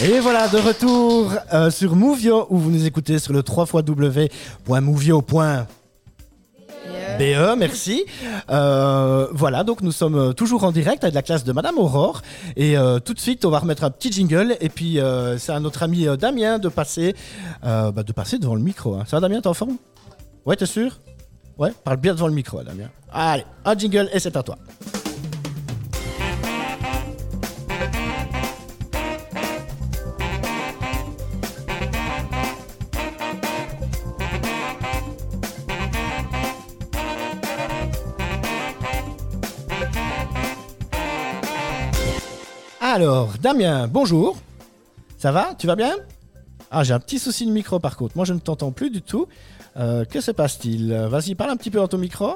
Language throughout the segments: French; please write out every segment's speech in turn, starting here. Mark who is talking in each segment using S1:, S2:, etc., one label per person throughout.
S1: Et voilà, de retour euh, sur Movio, où vous nous écoutez sur le 3 www.movio.be, E, merci. Euh, voilà, donc nous sommes euh, toujours en direct avec la classe de Madame Aurore. Et euh, tout de suite, on va remettre un petit jingle. Et puis, euh, c'est à notre ami euh, Damien de passer, euh, bah, de passer devant le micro. hein. Ça va, Damien, t'es en forme Ouais, t'es sûr Ouais, parle bien devant le micro, Damien. Allez, un jingle et c'est à toi. Alors, Damien, bonjour. Ça va Tu vas bien Ah, j'ai un petit souci de micro par contre. Moi, je ne t'entends plus du tout. Euh, que se passe-t-il Vas-y, parle un petit peu dans ton micro.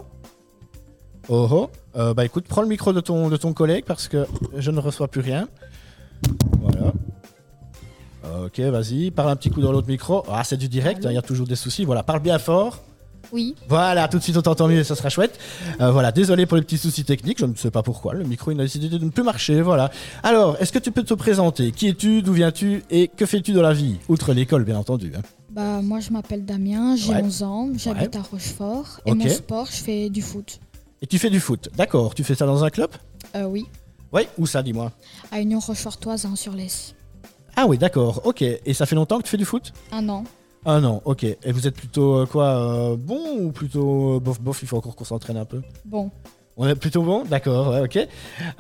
S1: Oh oh. Euh, bah écoute, prends le micro de ton, de ton collègue parce que je ne reçois plus rien. Voilà. Ok, vas-y, parle un petit coup dans l'autre micro. Ah, c'est du direct, hein, il y a toujours des soucis. Voilà, parle bien fort.
S2: Oui.
S1: Voilà, tout de suite on t'entend mieux, ça sera chouette. Euh, voilà, désolé pour les petits soucis techniques, je ne sais pas pourquoi, le micro il a décidé de ne plus marcher, voilà. Alors, est-ce que tu peux te présenter Qui es-tu D'où viens-tu Et que fais-tu dans la vie Outre l'école, bien entendu. hein.
S2: Bah, moi, je m'appelle Damien, j'ai
S1: Ouais.
S2: 11 ans, j'habite à Rochefort. Et
S1: Ok.
S2: mon sport, je fais du foot.
S1: Et tu fais du foot, d'accord Tu fais ça dans un club
S2: Euh, oui,
S1: Oui, où ça, dis-moi
S2: à Union Rochefortoise, hein, sur l'Est.
S1: Ah oui, d'accord, ok. Et ça fait longtemps que tu fais du foot
S2: Un an.
S1: Ah non, ok. Et vous êtes plutôt euh, quoi euh, Bon ou plutôt euh, bof bof Il faut encore qu'on s'entraîne un peu.
S2: Bon,
S1: On est plutôt bon, d'accord, ouais, ok.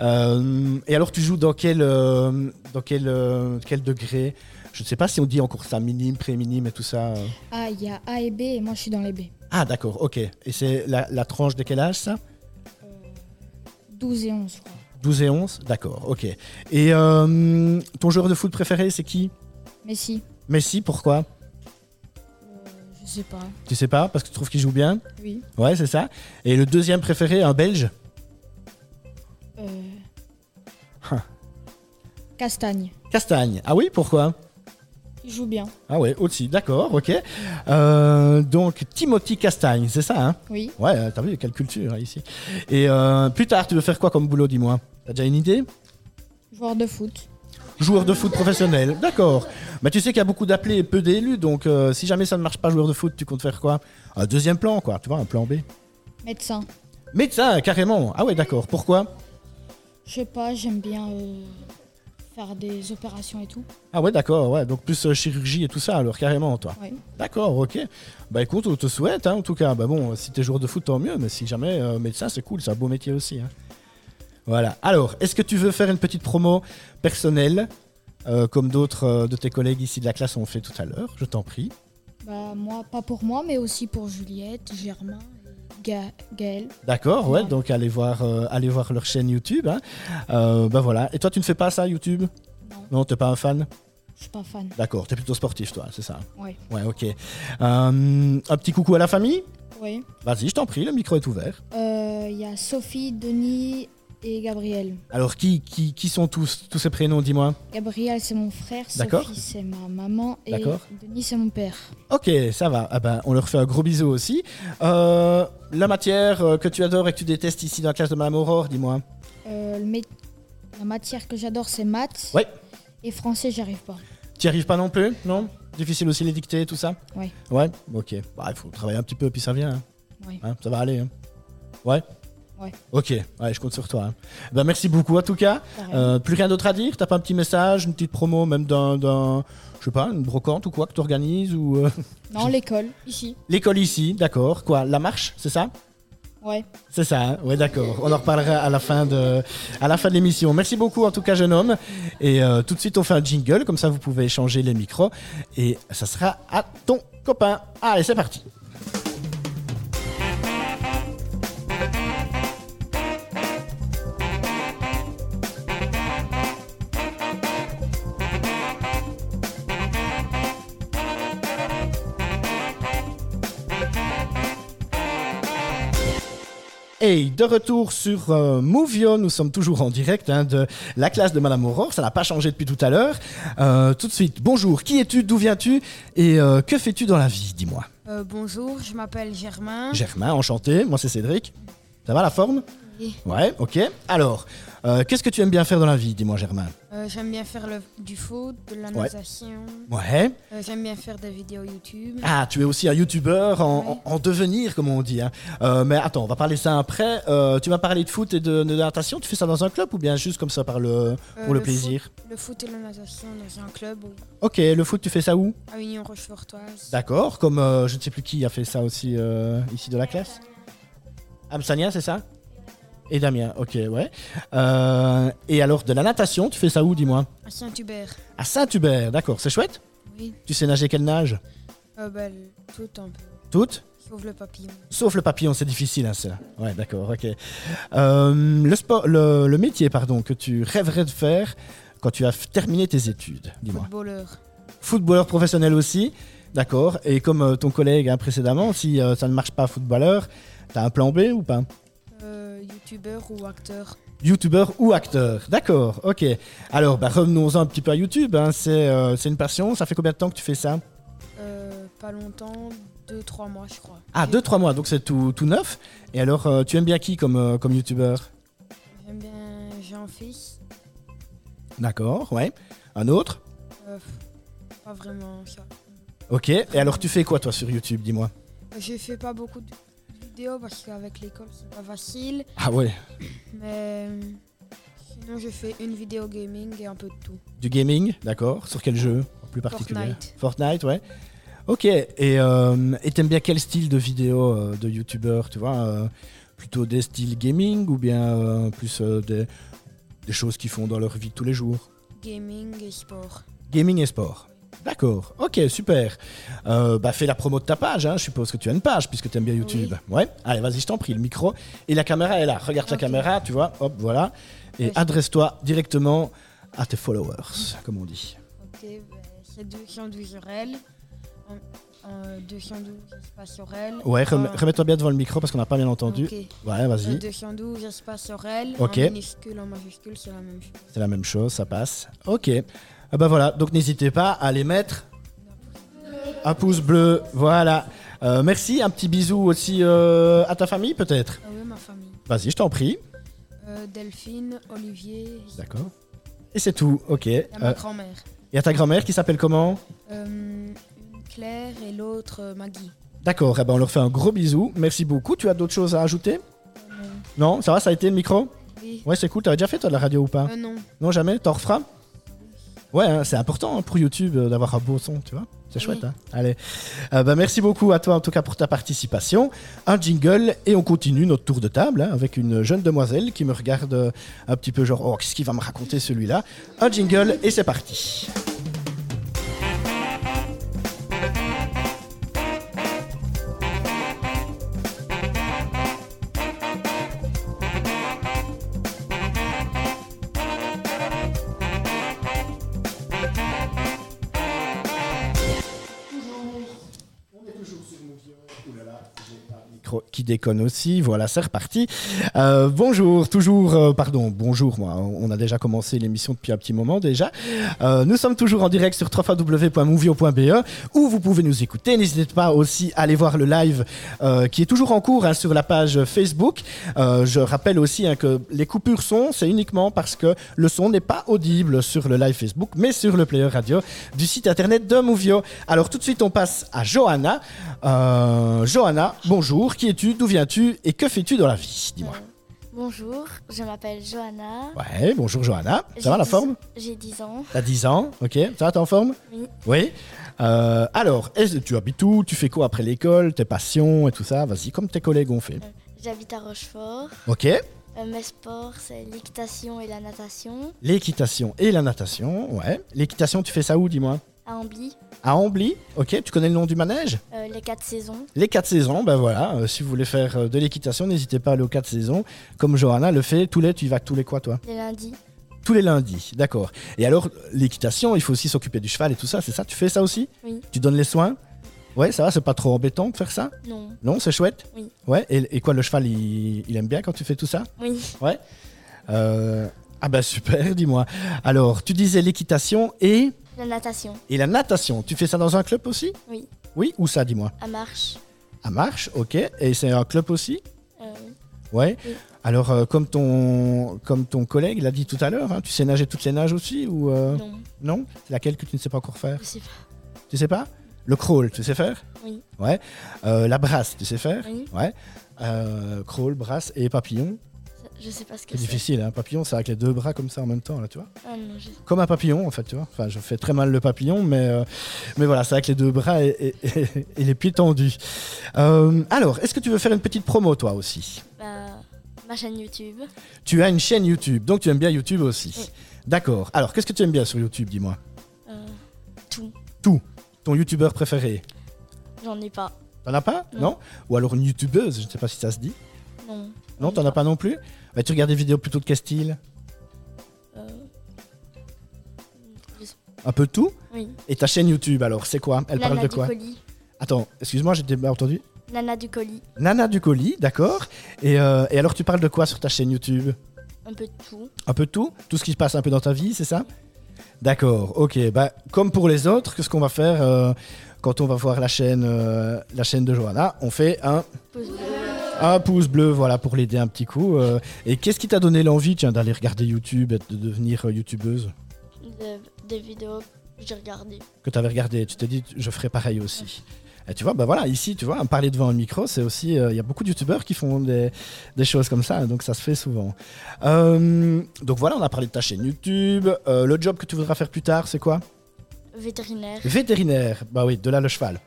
S1: Euh, et alors, tu joues dans quel, euh, dans quel, euh, quel degré Je ne sais pas si on dit encore ça, minime, pré-minime et tout ça. euh.
S2: ah, il y a A et B, et moi, je suis dans les B.
S1: Ah, d'accord, ok. Et c'est la, la tranche de quel âge, ça
S2: 12 et 11, je crois.
S1: 12 et 11 D'accord, ok. Et euh, ton joueur de foot préféré, c'est qui
S2: Mais si,
S1: Messi, pourquoi
S2: je sais pas.
S1: Tu sais pas, parce que tu trouves qu'il joue bien
S2: Oui.
S1: Ouais, c'est ça. Et le deuxième préféré, un Belge
S2: Euh...
S1: Ah.
S2: Castagne.
S1: Castagne. Ah oui, pourquoi
S2: Il joue bien.
S1: Ah ouais, aussi, d'accord, ok. Euh, donc, Timothy Castagne, c'est ça, hein
S2: Oui.
S1: Ouais, euh, t'as vu, quelle culture hein, ici. Et euh, plus tard, tu veux faire quoi comme boulot, dis-moi T'as déjà une idée
S2: Joueur de foot.
S1: Joueur de foot professionnel, d'accord. Mais tu sais qu'il y a beaucoup d'appelés et peu d'élus, donc euh, si jamais ça ne marche pas, joueur de foot, tu comptes faire quoi Un deuxième plan, quoi, tu vois, un plan B.
S2: Médecin.
S1: Médecin, carrément Ah ouais, d'accord, pourquoi
S2: Je sais pas, j'aime bien euh, faire des opérations et tout.
S1: Ah ouais, d'accord, ouais, donc plus euh, chirurgie et tout ça, alors carrément, toi.
S2: Oui.
S1: D'accord, ok. Bah écoute, on te souhaite, hein, en tout cas. Bah bon, si t'es joueur de foot, tant mieux, mais si jamais euh, médecin, c'est cool, c'est un beau métier aussi. hein. Voilà. Alors, est-ce que tu veux faire une petite promo personnelle, euh, comme d'autres euh, de tes collègues ici de la classe ont fait tout à l'heure Je t'en prie.
S2: Bah, moi, pas pour moi, mais aussi pour Juliette, Germain, Ga Gaël.
S1: D'accord, ouais, donc allez voir, euh, allez voir leur chaîne YouTube. hein. Euh, bah voilà. Et toi, tu ne fais pas ça, YouTube
S2: Non,
S1: Non, t'es pas un fan
S2: je suis pas fan.
S1: D'accord, t'es plutôt sportif, toi, c'est ça
S2: Ouais.
S1: Ouais, ok. Euh, un petit coucou à la famille
S2: Oui.
S1: Vas-y, je t'en prie, le micro est ouvert.
S2: Il Euh, y a Sophie, Denis et Gabriel.
S1: Alors, qui, qui, qui sont tous, tous ces prénoms, dis-moi
S2: Gabriel, c'est mon frère.
S1: D'accord.
S2: Sophie, c'est ma maman. Et
S1: D'accord.
S2: Denis, c'est mon père.
S1: Ok, ça va. Ah ben, on leur fait un gros bisou aussi. Euh, la matière euh, que tu adores et que tu détestes ici dans la classe de Madame Aurore, dis-moi.
S2: Euh, le mé- La matière que j'adore, c'est maths.
S1: Ouais.
S2: Et français, j'y arrive pas.
S1: Tu arrives pas non plus Non Difficile aussi les dictées, tout ça
S2: Ouais.
S1: Ouais Ok. Bah, il faut travailler un petit peu, puis ça vient. hein.
S2: Ouais.
S1: Hein, ça va aller. hein. Ouais
S2: Ouais.
S1: Ok, ouais, je compte sur toi. hein. Ben, merci beaucoup en tout cas.
S2: Pareil.
S1: Euh, plus rien d'autre à dire T'as pas un petit message, une petite promo, même d'un, d'un- je sais pas, une brocante ou quoi que tu organises ou euh,
S2: Non, l'école, ici.
S1: L'école ici, d'accord. Quoi La marche, c'est ça
S2: Ouais.
S1: C'est ça, hein ouais d'accord. On en reparlera à la fin de, à la fin de l'émission. Merci beaucoup en tout cas jeune homme. Et euh, tout de suite on fait un jingle, comme ça vous pouvez échanger les micros. Et ça sera à ton copain. Allez c'est parti. Et de retour sur euh, Movio, nous sommes toujours en direct hein, de la classe de Madame Aurore, ça n'a pas changé depuis tout à l'heure. Euh, tout de suite, bonjour, qui es-tu, d'où viens-tu et euh, que fais-tu dans la vie, dis-moi.
S3: Euh, bonjour, je m'appelle Germain.
S1: Germain, enchanté, moi c'est Cédric. Ça va la forme
S4: Oui.
S1: Ouais, ok. Alors, euh, qu'est-ce que tu aimes bien faire dans la vie, dis-moi Germain
S2: Euh, j'aime bien faire le- du foot, de la
S1: Ouais.
S2: natation.
S1: Ouais.
S2: Euh, j'aime bien faire des vidéos YouTube.
S1: Ah, tu es aussi un youtubeur en,
S2: Ouais.
S1: en- en devenir, comme on dit. hein. Euh, mais attends, on va parler ça après. Euh, tu m'as parlé de foot et de, de natation. Tu fais ça dans un club ou bien juste comme ça par le,
S2: Euh,
S1: pour le,
S2: foot-
S1: plaisir
S2: le foot et la natation dans un club oui,
S1: Ok, le foot, tu fais ça où
S2: à Union Rochefortoise.
S1: D'accord, comme euh, je ne sais plus qui a fait ça aussi euh, ici de la classe. Amsania, c'est ça Et Damien, ok, ouais. Euh, et alors, de la natation, tu fais ça où, dis-moi
S2: À Saint-Hubert.
S1: À Saint-Hubert, d'accord, c'est chouette
S2: Oui.
S1: Tu sais nager quelle nage
S2: Euh, bah, le- tout un peu.
S1: Toutes
S2: Sauf le papillon.
S1: Sauf le papillon, c'est difficile, hein, ça. Ouais, d'accord, ok. Euh, le, sport, le, le métier, pardon, que tu rêverais de faire quand tu as f- terminé tes études, dis-moi.
S2: Footballeur.
S1: Footballeur professionnel aussi, d'accord. Et comme euh, ton collègue hein, précédemment, si euh, ça ne marche pas footballeur, t'as un plan B ou pas
S2: Euh, Youtubeur ou acteur.
S1: Youtubeur ou acteur, d'accord, ok. Alors, bah, revenons-en un petit peu à YouTube. hein. C'est euh, c'est une passion. Ça fait combien de temps que tu fais ça
S2: Euh, pas longtemps, 2-3 mois je crois.
S1: Ah, 2-3 mois, donc c'est tout, tout neuf. Et alors, euh, tu aimes bien qui comme, euh, comme youtubeur
S2: J'aime bien Jean-Fils.
S1: D'accord, ouais. Un autre
S2: Euh, pas vraiment ça.
S1: Ok, et alors tu fais quoi toi sur YouTube, dis-moi
S2: Je fais pas beaucoup de vidéos parce qu'avec l'école c'est pas facile.
S1: Ah ouais,
S2: Mais euh, sinon je fais une vidéo gaming et un peu de tout.
S1: du gaming, d'accord. Sur quel jeu en plus particulier
S2: Fortnite.
S1: Fortnite, ouais. Ok, et euh, et t'aimes bien quel style de vidéo euh, de youtubeur, tu vois euh, Plutôt des styles gaming ou bien euh, plus euh, des, des choses qu'ils font dans leur vie de tous les jours
S2: Gaming et sport.
S1: Gaming et sport. D'accord, ok, super. Euh, bah fais la promo de ta page, hein. je suppose que tu as une page puisque tu aimes bien YouTube. Ouais, allez, vas-y, je t'en prie, le micro. Et la caméra est là, regarde la
S2: Ok.
S1: caméra, tu vois, hop, voilà. Et
S2: Merci.
S1: adresse-toi directement à tes followers, comme on dit.
S2: Ok, ben, c'est 212 Aurel. En- en 212 espace Aurel.
S1: Ouais, rem-
S2: En-
S1: remets-toi bien devant le micro parce qu'on n'a pas bien entendu.
S2: Ah. ok.
S1: Ouais,
S2: En
S1: vas-y,
S2: 212 espace Aurel.
S1: Ok.
S2: En minuscule, en majuscule, c'est la même chose.
S1: c'est la même chose, ça passe. Ok, ah bah voilà, donc n'hésitez pas à les mettre. Un pouce bleu, voilà. Euh, merci, un petit bisou aussi euh, à ta famille peut-être.
S2: Ah oui, ma famille.
S1: Vas-y, je t'en prie.
S2: Euh, Delphine, Olivier,
S1: D'accord. Et c'est tout, ok. Euh,
S2: la
S1: Il
S2: ma grand-mère.
S1: y a ta grand-mère qui s'appelle comment
S2: Euh, une Claire et l'autre euh, Maggie.
S1: D'accord, eh ben on leur fait un gros bisou. Merci beaucoup. Tu as d'autres choses à ajouter
S2: Euh,
S1: Non Ça va, ça a été le micro
S2: oui.
S1: Ouais, c'est cool. T'avais déjà fait toi de la radio ou pas
S2: Euh, non.
S1: Non, jamais T'en referas Ouais, hein, c'est important hein, pour YouTube euh, d'avoir un beau son, tu vois. C'est
S2: Oui.
S1: chouette, hein Allez. Euh, bah, merci beaucoup à toi, en tout cas, pour ta participation. Un jingle, et on continue notre tour de table hein, avec une jeune demoiselle qui me regarde euh, un petit peu genre, oh, qu'est-ce qu'il va me raconter celui-là Un jingle, et c'est parti. micro qui déconne aussi. Voilà, c'est reparti. Euh, bonjour, toujours, euh, pardon, bonjour, moi. On a déjà commencé l'émission depuis un petit moment déjà. Euh, nous sommes toujours en direct sur www.movio.be où vous pouvez nous écouter. N'hésitez pas aussi à aller voir le live euh, qui est toujours en cours hein, sur la page Facebook. Euh, je rappelle aussi hein, que les coupures son, c'est uniquement parce que le son n'est pas audible sur le live Facebook, mais sur le player radio du site internet de Movio. Alors tout de suite, on passe à Johanna. Euh, Johanna, bonjour. Qui es-tu D'où viens-tu Et que fais-tu dans la vie Dis-moi.
S5: Bonjour, je m'appelle Johanna.
S1: Ouais, bonjour Johanna.
S5: J'ai
S1: Ça va la
S5: 10
S1: forme
S5: J'ai 10 ans.
S1: T'as 10 ans, ok. Ça va, t'es en forme
S5: Oui.
S1: Oui. Euh, alors, est-ce que tu habites où Tu fais quoi après l'école Tes passions et tout ça Vas-y, comme tes collègues ont fait.
S5: J'habite à Rochefort.
S1: Ok.
S5: Euh, mes sports, c'est l'équitation et la natation.
S1: L'équitation et la natation, ouais. L'équitation, tu fais ça où, dis-moi
S5: À Ambly,
S1: À Ambly, ok. Tu connais le nom du manège
S5: euh, les 4 saisons.
S1: Les 4 saisons, ben voilà. euh, si vous voulez faire euh, de l'équitation, n'hésitez pas à aller aux 4 saisons. Comme Johanna le fait, tous les, tu y vas tous les quoi, toi
S5: Les lundis,
S1: Tous les lundis, d'accord. Et alors, l'équitation, il faut aussi s'occuper du cheval et tout ça, c'est ça Tu fais ça aussi
S5: Oui.
S1: Tu donnes les soins Ouais, ça va, c'est pas trop embêtant de faire ça
S5: non.
S1: Non, c'est chouette
S5: Oui.
S1: Ouais, et, et quoi, le cheval, il, il aime bien quand tu fais tout ça
S5: Oui,
S1: Euh, Ah bah super, dis-moi. Alors, tu disais l'équitation et,
S5: la natation,
S1: et la natation. Tu fais ça dans un club aussi
S5: Oui.
S1: Oui, où ça, dis-moi Ah,
S5: à marche.
S1: À Marche, ok. Et c'est un club aussi
S5: Euh,
S1: Ouais.
S5: Oui.
S1: Alors, euh, comme, ton, comme ton collègue l'a dit tout à l'heure, hein, tu sais nager toutes les nages aussi ou euh,
S5: Non,
S1: non C'est laquelle que tu ne sais pas encore faire
S5: je sais pas.
S1: Tu sais pas Le crawl, tu sais faire
S5: Oui.
S1: Ouais. Euh, la brasse, tu sais faire
S5: Oui.
S1: Ouais. Euh, crawl, brasse et papillon.
S5: Ça, Je sais pas ce que
S1: C'est
S5: c'est.
S1: difficile, hein. Papillon, c'est avec les deux bras comme ça en même temps, là, tu vois
S5: Ah non, je-
S1: Comme un papillon, en fait, tu vois Enfin, je fais très mal le papillon, mais, euh, mais voilà, c'est avec les deux bras et, et- et- et les pieds tendus. Euh, alors, est-ce que tu veux faire une petite promo, toi aussi
S5: bah, ma chaîne YouTube,
S1: Tu as une chaîne YouTube, donc tu aimes bien YouTube aussi.
S5: Oui.
S1: D'accord. Alors, qu'est-ce que tu aimes bien sur YouTube, dis-moi
S5: euh, tout.
S1: Ton YouTubeur préféré
S5: J'en ai pas.
S1: T'en as pas
S5: Non.
S1: Ou alors une YouTubeuse, je ne sais pas si ça se dit.
S5: Non.
S1: Non, t'en as pas non plus Bah, Tu regardes des vidéos plutôt de quel style
S5: Euh, je sais-
S1: Un peu de tout
S5: Oui.
S1: Et ta chaîne YouTube, alors, c'est quoi Elle
S5: Nana
S1: parle de
S5: du
S1: quoi
S5: colis.
S1: Attends, excuse-moi, j'ai pas entendu.
S5: Nana du colis.
S1: Nana du colis, d'accord. Et, euh, et alors, tu parles de quoi sur ta chaîne YouTube
S5: Un peu de tout.
S1: Un peu de tout Tout ce qui se passe un peu dans ta vie, c'est ça D'accord, ok. Bah, comme pour les autres, qu'est-ce qu'on va faire euh, quand on va voir la chaîne, euh, la chaîne de Johanna On fait un,
S5: Pouce bleu.
S1: un pouce bleu voilà, pour l'aider un petit coup. euh. et qu'est-ce qui t'a donné l'envie tiens, d'aller regarder YouTube et de devenir euh, YouTubeuse
S5: De- des vidéos que j'ai regardées.
S1: que tu avais regardé Tu t'es dit, je ferai pareil aussi. Et tu vois, bah voilà, ici, tu vois, parler devant un micro, c'est aussi. euh, Il y a beaucoup de youtubeurs qui font des, des choses comme ça, donc ça se fait souvent. Euh, donc voilà, on a parlé de ta chaîne YouTube. Euh, le job que tu voudras faire plus tard, c'est quoi
S5: Vétérinaire.
S1: Vétérinaire, bah oui, de là le cheval.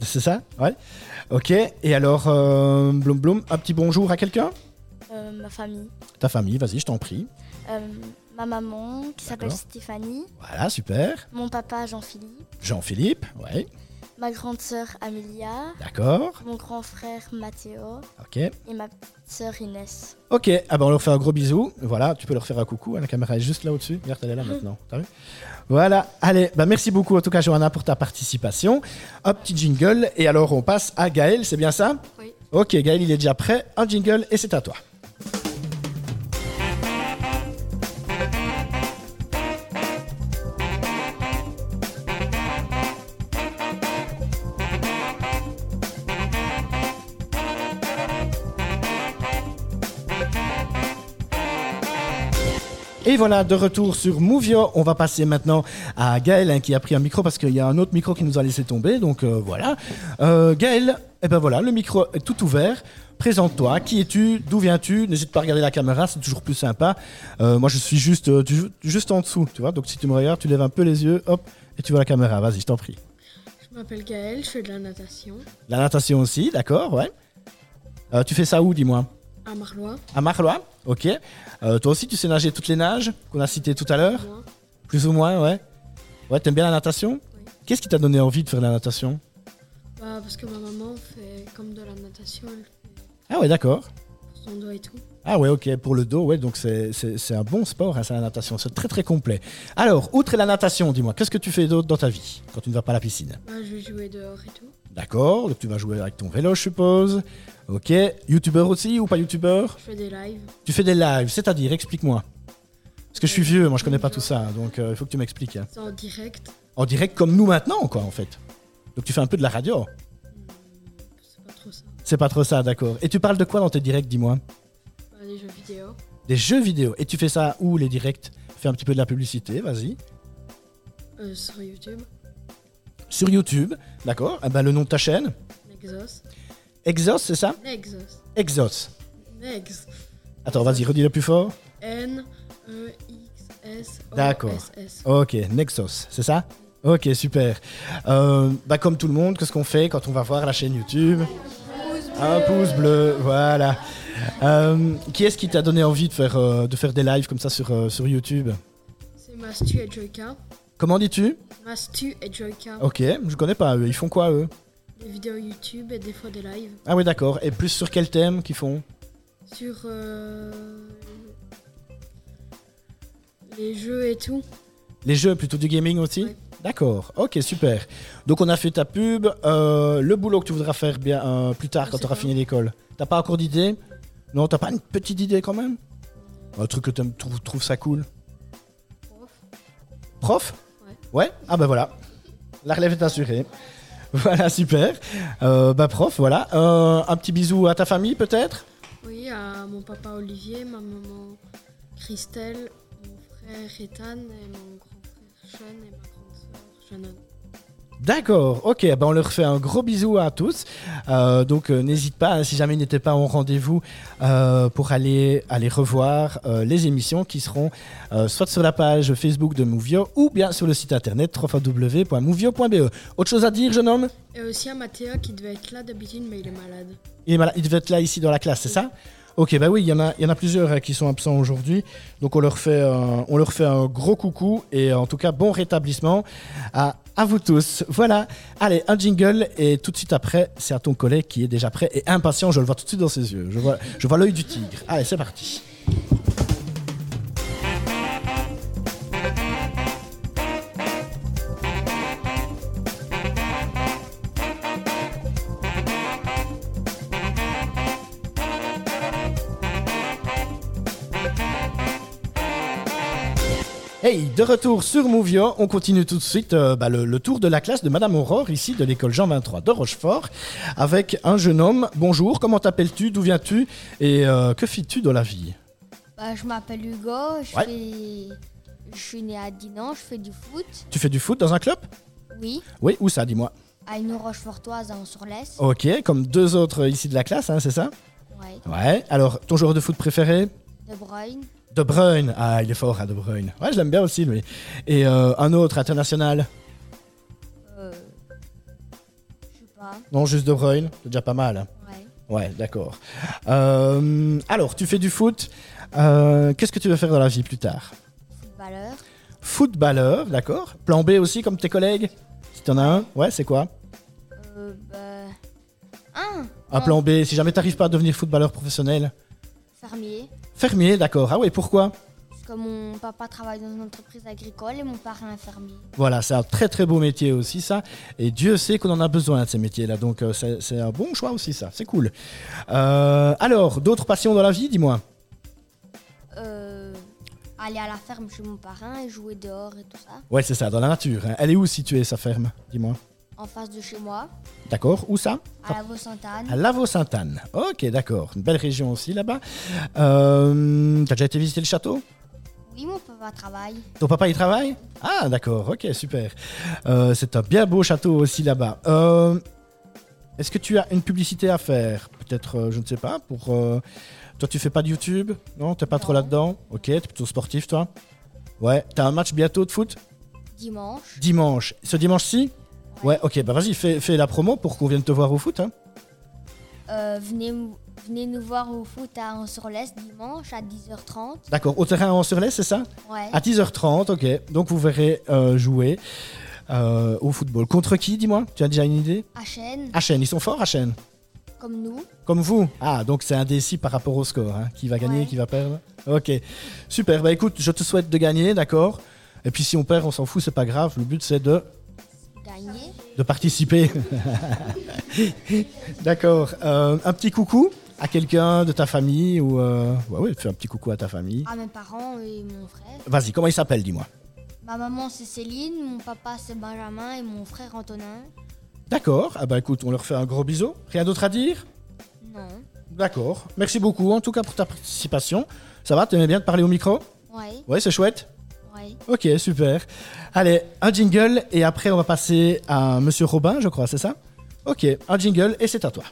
S1: C'est ça Ouais. Ok, et alors, euh, Blum Blum, un petit bonjour à quelqu'un
S5: euh, ma famille.
S1: Ta famille, vas-y, je t'en prie.
S5: Euh, ma maman qui s'appelle
S1: D'accord.
S5: Stéphanie.
S1: Voilà, super.
S5: Mon papa Jean-Philippe.
S1: Jean-Philippe, ouais,
S5: Ma grande sœur Amelia.
S1: d'accord,
S5: Mon grand frère Mathéo.
S1: ok.
S5: Et ma petite sœur Inès.
S1: Ok, ah bah on leur fait un gros bisou. Voilà, tu peux leur faire un coucou. hein, La caméra est juste là au-dessus. Regarde, elle est là maintenant. T'as vu Voilà, allez, bah merci beaucoup en tout cas, Johanna, pour ta participation. Un petit jingle, et alors on passe à Gaël, c'est bien ça
S5: Oui.
S1: Ok, Gaël, il est déjà prêt. Un jingle, et c'est à toi. Et voilà, de retour sur Movio. On va passer maintenant à Gaël hein, qui a pris un micro parce qu'il y a un autre micro qui nous a laissé tomber. Donc euh, voilà. Euh, Gaël, eh ben voilà, le micro est tout ouvert. Présente-toi. Qui es-tu D'où viens-tu N'hésite pas à regarder la caméra, c'est toujours plus sympa. Euh, moi, je suis juste, euh, du- juste en dessous, tu vois. Donc si tu me regardes, tu lèves un peu les yeux, hop, et tu vois la caméra. Vas-y, je t'en prie.
S6: Je m'appelle Gaël, je fais de la natation
S1: La natation aussi, d'accord, ouais. Euh, tu fais ça où, dis-moi
S6: à Marlois.
S1: À Ah, Marlois Ok. Euh, toi aussi, tu sais nager toutes les nages qu'on a citées tout à l'heure
S6: Moi,
S1: Plus ou moins, ouais. Ouais, t'aimes bien la natation
S6: Oui.
S1: Qu'est-ce qui t'a donné envie de faire de la natation
S6: bah, parce que ma maman fait comme de la natation, elle fait
S1: Ah ouais, d'accord.
S6: pour son doigt et tout.
S1: Ah ouais, ok, pour le dos, ouais, donc c'est- c'est c'est un bon sport, hein, c'est la natation, c'est très très complet. Alors, outre la natation, dis-moi, qu'est-ce que tu fais d'autre dans ta vie quand tu ne vas pas à la piscine
S6: Bah, je vais jouer dehors et tout.
S1: D'accord, donc tu vas jouer avec ton vélo, je suppose. Ok, youtubeur aussi ou pas youtubeur
S6: Je fais des lives.
S1: Tu fais des lives, c'est-à-dire, explique-moi. Parce que je suis vieux, moi je connais pas tout ça, donc euh, il faut que tu m'expliques. hein.
S6: C'est en direct.
S1: En direct comme nous maintenant, quoi, en fait. Donc tu fais un peu de la radio.
S6: C'est pas trop ça.
S1: C'est pas trop ça, d'accord. Et tu parles de quoi dans tes directs, dis-moi
S6: Bah, des jeux vidéo.
S1: Des jeux vidéo. Et tu fais ça où les directs Fais un petit peu de la publicité, vas-y.
S6: euh, sur YouTube.
S1: Sur YouTube, d'accord Ah ben, Le nom de ta chaîne
S6: Nexos.
S1: Exos, c'est ça
S6: Nexos.
S1: Exos.
S6: Nex.
S1: Attends, vas-y, redis le plus fort.
S6: N. E. X. S. O.
S1: D'accord.
S6: S. S.
S1: Ok, Nexos, c'est ça Ok, super. Euh, bah, comme tout le monde, qu'est-ce qu'on fait quand on va voir la chaîne YouTube Un pouce bleu, voilà. Euh, qui est-ce qui t'a donné envie de faire, euh, de faire des lives comme ça sur, euh, sur YouTube
S6: C'est Mastu et Joyka.
S1: Comment dis-tu
S6: Mastu et Joyka.
S1: Ok, je connais pas eux. Ils font quoi eux
S6: Des vidéos YouTube et des fois des lives.
S1: Ah oui, d'accord. Et plus sur quel thème qu'ils font
S6: Sur. euh, les jeux et tout.
S1: Les jeux, plutôt du gaming aussi
S6: Oui.
S1: D'accord, ok, super. Donc on a fait ta pub, euh, le boulot que tu voudras faire bien euh, plus tard
S6: Je
S1: quand
S6: sais
S1: tu auras
S6: pas.
S1: fini l'école. T'as pas encore d'idée Non, t'as pas une petite idée quand même Un truc que tu trouves ça cool Prof Ouais Ah bah voilà, la relève est assurée. Voilà, super. Euh, bah prof, voilà. Euh, un petit bisou à ta famille peut-être
S6: Oui, à bah, mon papa Olivier, ma maman Christelle, mon frère Ethan et mon grand frère Sean et ma grande sœur Shannon.
S1: D'accord, ok, ben on leur fait un gros bisou à tous. Euh, donc euh, n'hésite pas, hein, si jamais ils n'étaient pas au rendez-vous, euh, pour aller, aller revoir euh, les émissions qui seront euh, soit sur la page Facebook de Mouvio ou bien sur le site internet www.mouvio.be. E. Autre chose à dire, jeune homme
S6: Et aussi à Mathéa qui devait être là d'habitude mais il est malade.
S1: il, est malade. Il devait être là ici dans la classe, c'est ça Ok, bah oui, il y, en a, il y en a plusieurs euh, qui sont absents aujourd'hui. Donc on leur, fait, un- on leur fait un gros coucou et euh, en tout cas bon rétablissement à, à vous tous. Voilà, allez, un jingle et tout de suite après, c'est à ton collègue qui est déjà prêt et impatient, je le vois tout de suite dans ses yeux. Je vois, je vois l'œil du tigre. Allez, c'est parti. Hey, de retour sur Mouvio, on continue tout de suite euh, bah, le, le tour de la classe de Madame Aurore, ici de l'école Jean 23 de Rochefort, avec un jeune homme. Bonjour, comment t'appelles-tu, d'où viens-tu et euh, que fais-tu dans la vie
S7: Bah, je m'appelle Hugo, je,
S1: Ouais.
S7: fais- je suis né à Dinan, je fais du foot,
S1: Tu fais du foot dans un club
S7: oui,
S1: Oui, où ça, dis-moi
S7: à une Rochefortoise à Anse-sur-Lesse.
S1: Ok, comme deux autres ici de la classe, hein, c'est ça
S7: Ouais,
S1: Ouais. Alors, ton joueur de foot préféré
S7: de Bruyne,
S1: De Bruyne. Ah, il est fort, à De Bruyne. Ouais, je l'aime bien aussi, lui. Et euh, un autre international
S7: euh, je sais pas,
S1: Non, juste De Bruyne. C'est déjà pas mal. hein.
S7: ouais.
S1: Ouais, d'accord. Euh, alors, tu fais du foot. Euh, Qu'est-ce que tu veux faire dans la vie plus tard
S7: Footballeur,
S1: Footballeur, d'accord. Plan B aussi, comme tes collègues Si t'en as un Ouais, c'est quoi
S7: euh, bah, un,
S1: Un plan B, si jamais t'arrives pas à devenir footballeur professionnel.
S7: fermier,
S1: Fermier, d'accord. Ah ouais, pourquoi
S7: parce que mon papa travaille dans une entreprise agricole et mon parrain est fermier.
S1: Voilà, c'est un très très beau métier aussi ça. Et Dieu sait qu'on en a besoin de ces métiers-là. Donc euh, c'est c'est un bon choix aussi ça. C'est cool. Euh, alors, d'autres passions dans la vie, dis-moi.
S7: Euh, aller à la ferme chez mon parrain et jouer dehors et tout ça,
S1: Ouais, c'est ça, dans la nature. hein. Elle est où située sa ferme Dis-moi.
S7: en face de chez moi,
S1: D'accord, où ça
S7: à la Vaux-Sainte-Anne,
S1: À Lavaux-Sainte-Anne. Ok, d'accord. Une belle région aussi là-bas. Euh, T'as déjà été visiter le château
S7: oui, mon papa travaille.
S1: Ton papa y travaille Ah, d'accord, ok, super. Euh, c'est un bien beau château aussi là-bas. Euh, Est-ce que tu as une publicité à faire Peut-être, euh, je ne sais pas, pour. euh, Toi, tu fais pas de YouTube Non, t'es pas trop
S7: Non.
S1: là-dedans Ok, t'es plutôt sportif, toi Ouais, t'as un match bientôt de foot
S7: Dimanche,
S1: Dimanche. Ce dimanche-ci Ouais, ok, bah vas-y, fais, fais la promo pour qu'on vienne te voir au foot. hein.
S7: euh, venez, mou- venez nous voir au foot à Anse-sur-Lesse dimanche à 10h30.
S1: D'accord, au terrain en surlais, c'est ça
S7: Ouais.
S1: À 10h30, ok. Donc vous verrez euh, jouer euh, au football. Contre qui, dis-moi Tu as déjà une idée
S7: À Chêne,
S1: HN, ils sont forts, HN
S7: comme nous.
S1: Comme vous Ah, donc c'est indécis par rapport au score. hein. Qui va gagner,
S7: Ouais.
S1: qui va perdre Ok. Super. Bah écoute, je te souhaite de gagner, d'accord Et puis si on perd, on s'en fout, c'est pas grave. Le but, c'est de,
S7: Gagner.
S1: de participer. d'accord. Euh, un petit coucou à quelqu'un de ta famille ou... euh, Ouais, ouais, fais un petit coucou à ta famille.
S7: À mes parents et mon frère.
S1: Vas-y, comment il s'appelle, dis-moi
S7: Ma maman c'est Céline, mon papa c'est Benjamin et mon frère Antonin.
S1: D'accord. Ah bah écoute, on leur fait un gros bisou. Rien d'autre à dire
S7: Non.
S1: D'accord. Merci beaucoup, en tout cas, pour ta participation. Ça va T'aimais bien de parler au micro
S7: Ouais,
S1: Ouais, c'est chouette
S7: ouais.
S1: Ok, super. Allez, un jingle et après on va passer à Monsieur Robin, je crois, c'est ça Ok, un jingle et c'est à toi.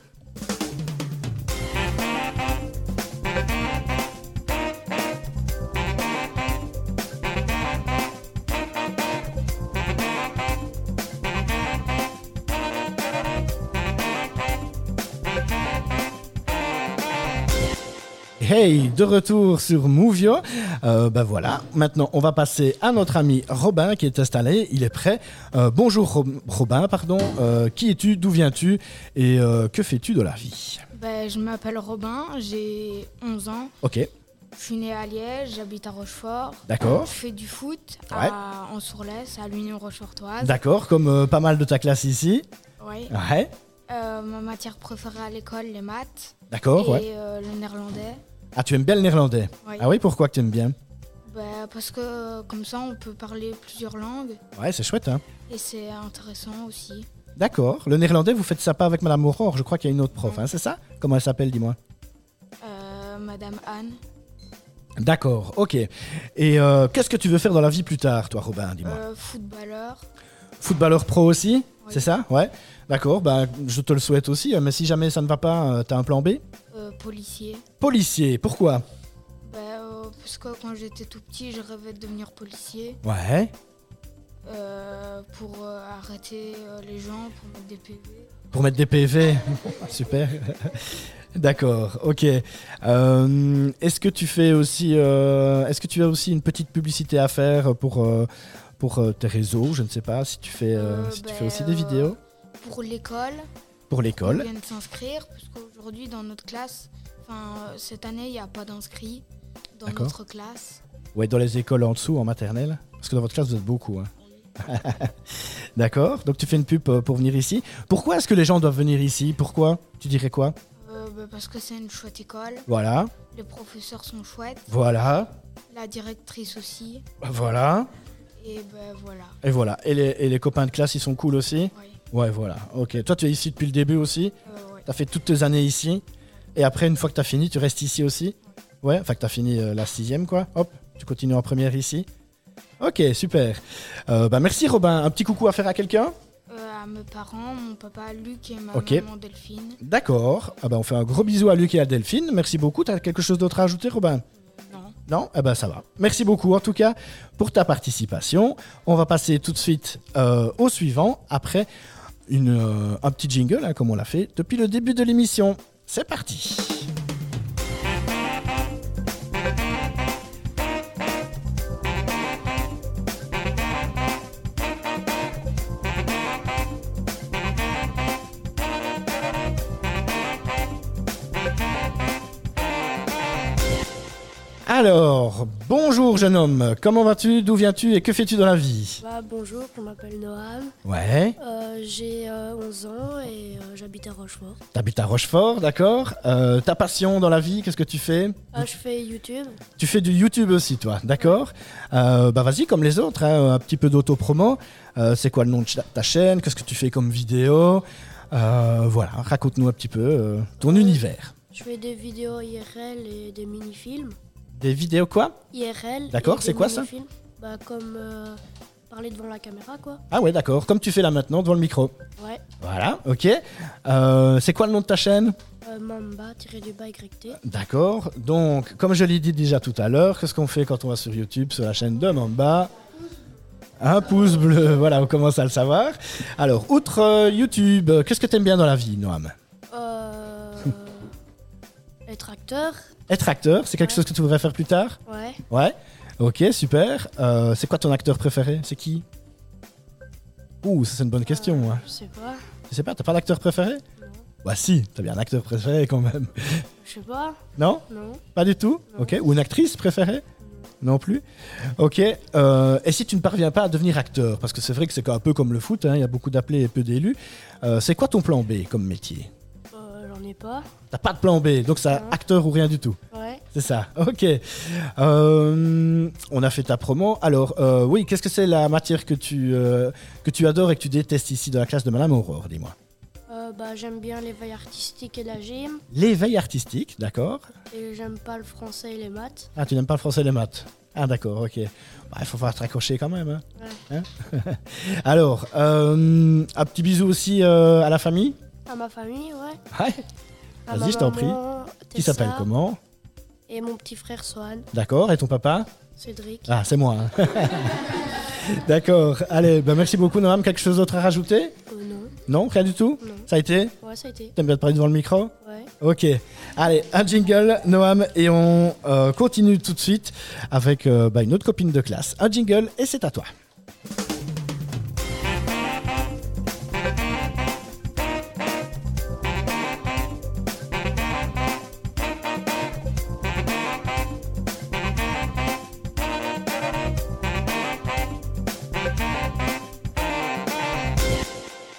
S1: Hey, de retour sur Mouvio. Euh, ben voilà, maintenant on va passer à notre ami Robin qui est installé, il est prêt. Euh, bonjour Rob- Robin, pardon. Euh, qui es-tu D'où viens-tu Et euh, que fais-tu de la vie
S3: Ben, je m'appelle Robin, j'ai 11 ans.
S1: Ok,
S3: Je suis né à Liège, j'habite à Rochefort.
S1: D'accord.
S3: Je fais du foot
S1: Ouais.
S3: à en Sourlès, à l'Union Rochefortoise.
S1: d'accord, comme euh, pas mal de ta classe ici.
S3: Ouais.
S1: Ouais,
S3: Euh, ma matière préférée à l'école, les maths
S1: d'accord,
S3: et
S1: Oh, ouais.
S3: euh, le néerlandais.
S1: Ah, tu aimes bien le néerlandais
S3: Ouais.
S1: Ah oui, pourquoi que tu aimes bien
S3: Ben, parce que euh, comme ça, on peut parler plusieurs langues
S1: Ouais, c'est chouette, hein
S3: et c'est intéressant aussi.
S1: D'accord. Le néerlandais, vous faites ça pas avec Madame Aurore, je crois qu'il y a une autre prof, hein, c'est ça Comment elle s'appelle, dis-moi
S3: Euh,
S8: Madame Anne.
S1: D'accord, ok. Et euh, qu'est-ce que tu veux faire dans la vie plus tard, toi, Robin Dis-moi.
S8: Euh, footballeur.
S1: Footballeur pro aussi
S8: Oui.
S1: C'est ça Ouais. D'accord, bah, je te le souhaite aussi. hein, Mais si jamais ça ne va pas, euh, t'as un plan B
S8: euh, policier.
S1: Policier, pourquoi
S8: Bah, euh, parce que quand j'étais tout petit, je rêvais de devenir policier
S1: Ouais.
S8: euh, pour euh, arrêter euh, les gens, pour mettre des PV.
S1: Pour mettre des PV Super. D'accord, ok. Euh, est-ce que tu fais aussi, euh, est-ce que tu as aussi une petite publicité à faire pour euh, pour euh, tes réseaux Je ne sais pas si tu fais euh,
S8: Euh,
S1: si tu
S8: ben,
S1: fais aussi des
S8: euh,
S1: vidéos
S8: Pour l'école,
S1: pour
S8: ils
S1: l'école.
S8: viennent s'inscrire, parce qu'aujourd'hui, dans notre classe, enfin, euh, cette année, il n'y a pas d'inscrits dans
S1: D'accord.
S8: notre classe.
S1: Ouais, dans les écoles en dessous, en maternelle. Parce que dans votre classe, vous êtes beaucoup. hein. D'accord. Donc tu fais une pub euh, pour venir ici. Pourquoi est-ce que les gens doivent venir ici Pourquoi Tu dirais quoi
S8: Euh, bah, parce que c'est une chouette école,
S1: Voilà,
S8: les professeurs sont chouettes,
S1: voilà,
S8: la directrice aussi,
S1: voilà.
S8: et ben voilà.
S1: Et voilà. Et les, et les copains de classe, ils sont cool aussi.
S8: Ouais,
S1: Ouais, voilà. Ok. Toi, tu es ici depuis le début aussi.
S8: euh, ouais.
S1: T'as fait toutes tes années ici. Et après, une fois que t'as fini, tu restes ici aussi. Ouais, enfin que t'as fini euh, la sixième, quoi. Hop, tu continues en première ici. Ok, super. Euh, bah merci Robin. Un petit coucou à faire à quelqu'un
S8: Euh, à mes parents, mon papa Luc et ma
S1: Ok.
S8: maman Delphine.
S1: D'accord. Ah bah on fait un gros bisou à Luc et à Delphine. Merci beaucoup. T'as quelque chose d'autre à ajouter, Robin
S8: Non.
S1: Non Eh ben ça va. Merci beaucoup en tout cas pour ta participation. On va passer tout de suite euh, au suivant après une, euh, un petit jingle hein, comme on l'a fait depuis le début de l'émission. C'est parti. Alors, bonjour jeune homme. Comment vas-tu D'où viens-tu et que fais-tu dans la vie
S9: Bah, bonjour, je m'appelle Noam,
S1: Ouais.
S9: Euh, j'ai euh, 11 ans et euh, j'habite à Rochefort.
S1: T'habites à Rochefort, d'accord. Euh, ta passion dans la vie, qu'est-ce que tu fais
S9: Ah, je fais YouTube.
S1: Tu fais du YouTube aussi, toi, d'accord Euh, Bah vas-y, comme les autres, hein, un petit peu d'auto-promo. Euh, c'est quoi le nom de cha- ta chaîne Qu'est-ce que tu fais comme vidéo Euh, Voilà, raconte-nous un petit peu euh, ton univers.
S9: Je fais des vidéos IRL et des mini-films.
S1: Des vidéos quoi
S9: IRL. et
S1: D'accord,
S9: des
S1: c'est quoi ça
S9: mini-films. Bah, comme euh, parler devant la caméra, quoi.
S1: Ah ouais, d'accord, comme tu fais là maintenant devant le micro.
S9: Ouais.
S1: Voilà, ok. Euh, c'est quoi le nom de ta chaîne
S9: Euh, Mamba tiré du bas YT.
S1: D'accord, donc comme je l'ai dit déjà tout à l'heure, qu'est-ce qu'on fait quand on va sur YouTube, sur la chaîne de Mamba Un pouce bleu, voilà, on commence à le savoir. Alors, outre euh, YouTube, euh, qu'est-ce que t'aimes bien dans la vie, Noam
S9: Euh, être acteur.
S1: Être acteur, c'est quelque chose que tu voudrais faire plus tard
S9: Ouais.
S1: Ouais. Ok, super. Euh, c'est quoi ton acteur préféré C'est qui Ouh, ça c'est une bonne question. hein.
S9: Euh, Je sais pas.
S1: Tu sais pas, t'as pas d'acteur préféré Bah si, t'as bien un acteur préféré quand même.
S9: Je sais pas.
S1: Non
S9: Non.
S1: Pas du tout
S9: Non.
S1: Ok. Ou une actrice préférée non plus. Ok. euh, et si tu ne parviens pas à devenir acteur, parce que c'est vrai que c'est un peu comme le foot, hein, il y a beaucoup d'appelés et peu d'élus, euh, c'est quoi ton plan B comme métier
S9: Euh, J'en ai pas.
S1: T'as pas de plan B, donc ça
S9: Non.
S1: acteur ou rien du tout.
S9: Ouais.
S1: C'est ça, ok. Euh, on a fait ta promo. Alors, euh, oui, qu'est-ce que c'est la matière que tu, euh, que tu adores et que tu détestes ici dans la classe de Madame Aurore, dis-moi
S9: Euh, bah, j'aime bien les veilles artistiques et la gym.
S1: L'éveil artistique, d'accord.
S9: Et j'aime pas le français et les maths.
S1: Ah, tu n'aimes pas le français et les maths Ah, d'accord, ok. Bah, il faut falloir te raccrocher quand même. hein. Hein Alors, euh, un petit bisou aussi euh, à la famille.
S9: À ma famille, ouais.
S1: Ouais.
S9: À
S1: Vas-y,
S9: ma
S1: je t'en prie.
S9: maman,
S1: Qui
S9: Tessa,
S1: s'appelle comment
S9: Et mon petit frère Swan,
S1: D'accord, et ton papa
S9: Cédric.
S1: Ah, c'est moi. hein. d'accord, allez, bah, merci beaucoup, Noam. Quelque chose d'autre à rajouter
S9: Euh, non,
S1: Non, rien du tout
S9: non.
S1: Ça a été
S9: Ouais, ça a été.
S1: T'aimes bien te parler devant le micro
S9: Ouais.
S1: Ok. Allez, un jingle, Noam, et on euh, continue tout de suite avec euh, bah, une autre copine de classe. Un jingle, et c'est à toi.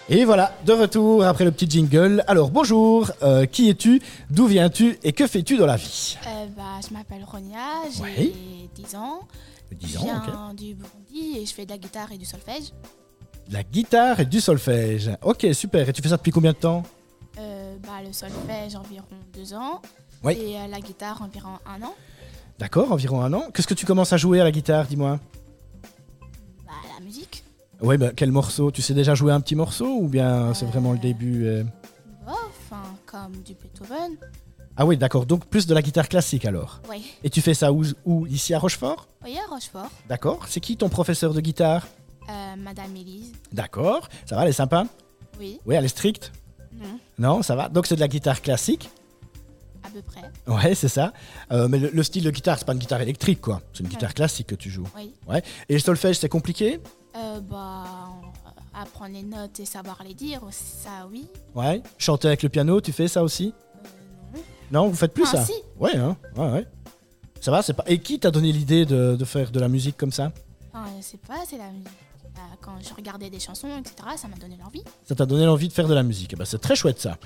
S1: Et voilà, de retour après le petit jingle. Alors bonjour, euh, qui es-tu D'où viens-tu Et que fais-tu dans la vie
S8: Euh, bah, je m'appelle Ronia, j'ai
S1: Ouais.
S8: 10 ans.
S1: Dix
S8: je
S1: ans, ok.
S8: viens du Burundi et je fais de la guitare et du solfège.
S1: La guitare et du solfège. Ok, super. Et tu fais ça depuis combien de temps
S8: Euh, bah, le solfège, environ 2 ans.
S1: Oui.
S8: et à la guitare environ un an.
S1: D'accord, environ un an. Qu'est-ce que tu commences à jouer à la guitare, dis-moi
S8: Bah, la musique,
S1: Oui, bah, quel morceau Tu sais déjà jouer un petit morceau ou bien c'est vraiment le début euh
S8: bah, enfin, comme du Beethoven.
S1: Ah oui, d'accord, donc plus de la guitare classique alors.
S8: Oui,
S1: Et tu fais ça où, où Ici à Rochefort
S8: oui à Rochefort,
S1: D'accord. C'est qui ton professeur de guitare
S8: Euh, Madame Élise.
S1: D'accord. Ça va, elle est sympa
S8: Oui,
S1: Oui, elle est stricte
S8: non,
S1: Non, ça va. Donc c'est de la guitare classique
S8: à peu près.
S1: Ouais, c'est ça. Euh, mais le, le style de guitare, c'est pas une guitare électrique, quoi. C'est une
S8: Ouais.
S1: guitare classique que tu joues.
S8: Oui.
S1: Ouais. Et le solfège, c'est compliqué
S8: Euh, bah, euh, apprendre les notes et savoir les dire, ça oui.
S1: Ouais. Chanter avec le piano, tu fais ça aussi Non, vous faites plus
S8: Enfin,
S1: ça
S8: Euh, Ah, si.
S1: Ouais, hein. Ouais, ouais. Ça va, c'est pas. Et qui t'a donné l'idée de, de faire de la musique comme ça
S8: Enfin, je sais pas, c'est la musique. Bah, quand je regardais des chansons, etc., ça m'a donné l'envie.
S1: Ça t'a donné l'envie de faire de la musique. Eh ben, c'est très chouette ça.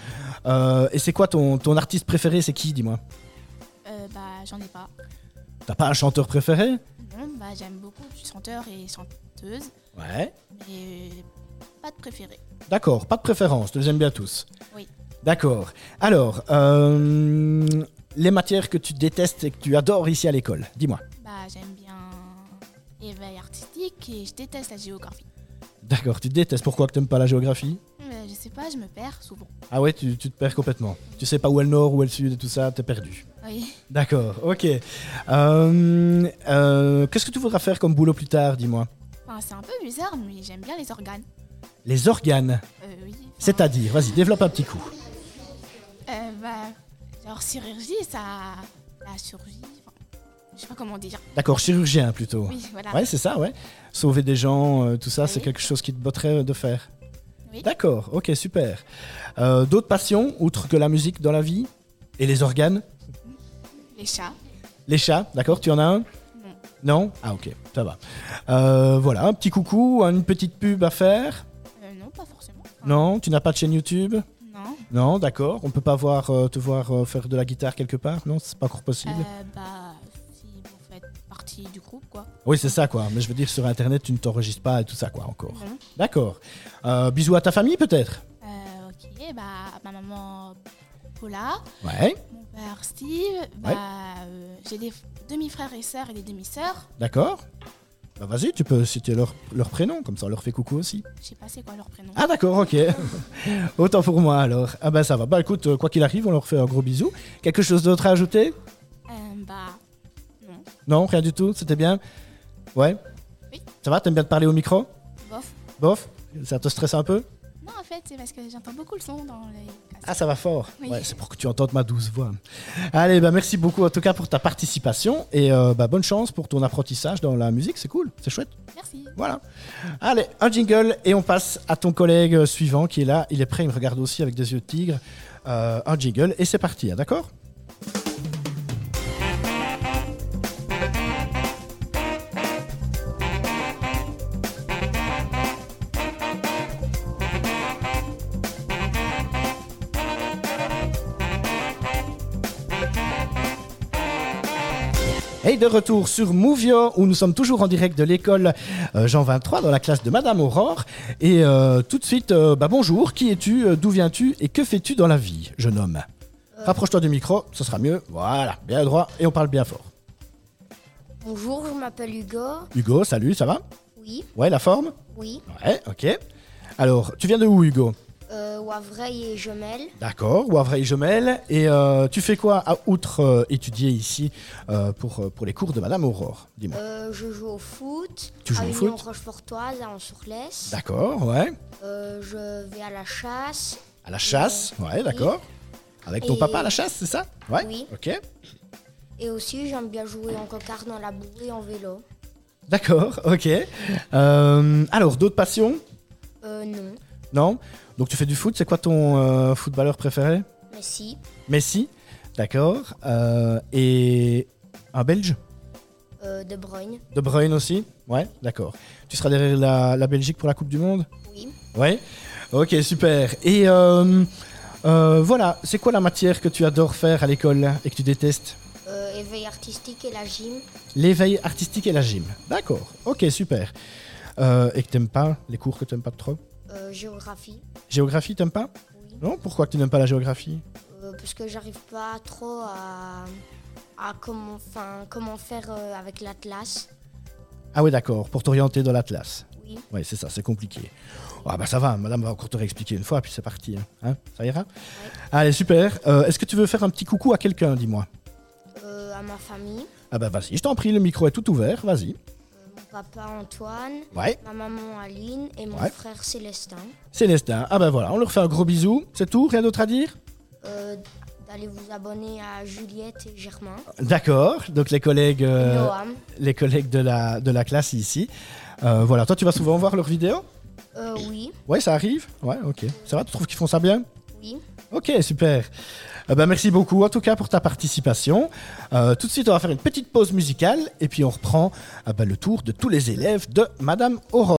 S1: Euh, et c'est quoi ton, ton artiste préféré C'est qui, dis-moi
S8: Euh, bah, j'en ai pas.
S1: T'as pas un chanteur préféré
S8: Non, bah, j'aime beaucoup chanteurs et chanteuses,
S1: Ouais.
S8: mais euh, pas de préféré.
S1: D'accord, pas de préférence, tu les aimes bien tous.
S8: Oui.
S1: D'accord. Alors, euh, les matières que tu détestes et que tu adores ici à l'école, dis-moi.
S8: Bah, j'aime bien éveil artistique et je déteste la géographie.
S1: D'accord, tu détestes. Pourquoi que t'aimes pas la géographie
S8: Mais je sais pas, je me perds souvent.
S1: Ah ouais, tu, tu te perds complètement. Tu sais pas où est le nord, où est le sud et tout ça, t'es perdu.
S8: Oui.
S1: D'accord, ok. Euh, euh, Qu'est-ce que tu voudras faire comme boulot plus tard, dis-moi
S8: Enfin, c'est un peu bizarre, mais j'aime bien les organes.
S1: Les organes,
S8: Euh, oui. enfin,
S1: c'est-à-dire, vas-y, développe un petit coup.
S8: euh, bah, genre chirurgie, ça. La chirurgie. enfin, Je sais pas comment dire.
S1: D'accord, chirurgien plutôt.
S8: Oui, voilà.
S1: Ouais, c'est ça, ouais. Sauver des gens, euh, tout ça, c'est
S8: Oui.
S1: quelque chose qui te botterait de faire.
S8: Oui.
S1: D'accord, ok, super. Euh, D'autres passions, outre que la musique dans la vie Et les organes
S8: Les chats.
S1: Les chats, d'accord Tu en as un Non Ah, ok, ça va. Euh, voilà, un petit coucou, une petite pub à faire
S8: Euh, non, pas forcément. Enfin,
S1: Non Tu n'as pas de chaîne YouTube
S8: Non.
S1: Non, d'accord. On peut pas voir, euh, te voir euh, faire de la guitare quelque part Non, c'est pas encore possible.
S8: Euh, bah, si vous faites partie du groupe, quoi.
S1: Oui, c'est ça, quoi. Mais je veux dire, sur Internet, tu ne t'enregistres pas et tout ça, quoi, encore.
S8: Non.
S1: D'accord. Euh, bisous à ta famille, peut-être
S8: Euh, ok, bah, ma maman Paula,
S1: Ouais,
S8: mon père Steve, bah, euh, j'ai des f- demi-frères et sœurs et des demi-sœurs.
S1: d'accord. Bah vas-y, tu peux citer leur, leur prénom, comme ça on leur fait coucou aussi.
S8: Je sais pas c'est quoi leur prénom.
S1: Ah d'accord, ok. Autant pour moi alors. Ah bah ça va. Bah écoute, euh, quoi qu'il arrive, on leur fait un gros bisou. Quelque chose d'autre à ajouter
S8: Euh, bah,
S1: Non, rien du tout, c'était bien Ouais
S8: Oui.
S1: Ça va, t'aimes bien te parler au micro
S8: bof.
S1: Bof Ça te stresse un peu
S8: Non, en fait, c'est parce que j'entends beaucoup le son dans les
S1: Ah, ça va fort.
S8: Oui.
S1: Ouais, c'est pour que tu entendes ma douce voix. Allez, bah merci beaucoup en tout cas pour ta participation et euh, bah, bonne chance pour ton apprentissage dans la musique. C'est cool, c'est chouette.
S8: Merci.
S1: Voilà. Allez, un jingle et on passe à ton collègue euh, suivant qui est là. Il est prêt, il me regarde aussi avec des yeux de tigre. Euh, un jingle et c'est parti, hein, d'accord Et de retour sur Mouvio, où nous sommes toujours en direct de l'école euh, Jean 23, dans la classe de Madame Aurore. Et euh, tout de suite, euh, bah, bonjour, qui es-tu, euh, d'où viens-tu et que fais-tu dans la vie, jeune homme Rapproche-toi du micro, ce sera mieux. Voilà, bien droit et on parle bien fort.
S7: Bonjour, je m'appelle Hugo.
S1: Hugo, salut, ça va
S7: Oui,
S1: Ouais, la forme
S7: oui.
S1: Ouais, ok. Alors, tu viens de où, Hugo
S7: Euh, Wavreil et Jemel.
S1: D'accord, Wavreil Jemel. Et euh, tu fais quoi, à outre euh, étudier ici euh, pour, euh, pour les cours de Madame Aurore Dis-moi.
S7: Euh, je joue au foot.
S1: Tu joues
S7: à
S1: au
S7: l'Union
S1: foot
S7: Rochefortoise, à Anse-sur-Lesse.
S1: D'accord, ouais.
S7: Euh, je vais à la chasse.
S1: À la chasse, ouais, d'accord. Avec ton
S7: Et-
S1: papa à la chasse, c'est ça Ouais.
S7: Oui.
S1: Ok.
S7: Et aussi, j'aime bien jouer en cocard dans la boue et en vélo.
S1: D'accord, ok. Euh, alors, d'autres passions
S7: Euh, non.
S1: Non Donc, tu fais du foot, c'est quoi ton euh, footballeur préféré
S7: Mais si.
S1: Messi, d'accord. Euh, et un Belge
S7: Euh, de Bruyne.
S1: De Bruyne aussi Ouais, d'accord. Tu seras derrière la, la Belgique pour la Coupe du Monde
S7: Oui.
S1: Ouais. Ok, super. Et euh, euh, voilà, c'est quoi la matière que tu adores faire à l'école et que tu détestes
S7: Euh, éveil artistique et la gym.
S1: L'éveil artistique et la gym. D'accord. Ok, super. Euh, et que t'aimes pas les cours que t'aimes pas trop
S7: Euh, géographie.
S1: Géographie, t'aimes pas
S7: Oui.
S1: Non Pourquoi que tu n'aimes pas la géographie
S7: Euh,
S5: euh, parce que j'arrive pas trop à, à comment, 'fin, comment faire euh, avec l'Atlas.
S1: Ah oui, d'accord, pour t'orienter dans l'Atlas.
S5: Oui.
S1: Oui, c'est ça, c'est compliqué. Ah bah ça va, madame va encore te réexpliquer une fois, puis c'est parti. hein. Hein, ça ira Allez, super. Euh, Est-ce que tu veux faire un petit coucou à quelqu'un, dis-moi
S5: Euh, à ma famille,
S1: Ah bah vas-y, je t'en prie, le micro est tout ouvert, vas-y.
S5: euh, mon papa Antoine,
S1: Ouais,
S5: ma maman Aline et mon
S1: Ouais.
S5: frère Célestin,
S1: Célestin. Ah bah voilà, on leur fait un gros bisou, c'est tout, rien d'autre à dire
S5: euh, d'aller vous abonner à Juliette et Germain,
S1: D'accord, donc les collègues, euh,
S5: Noam.
S1: les collègues de, la, de la classe ici. Euh, voilà, toi tu vas souvent voir leurs vidéos
S5: Euh, oui,
S1: Ouais, ça arrive Ouais, ok. Ça va, tu trouves qu'ils font ça bien
S5: oui.
S1: Ok, super. Eh ben, merci beaucoup en tout cas pour ta participation. Euh, tout de euh, suite, on va faire une petite pause musicale et puis on reprend ah ben, le tour de tous les élèves de Madame Aurore.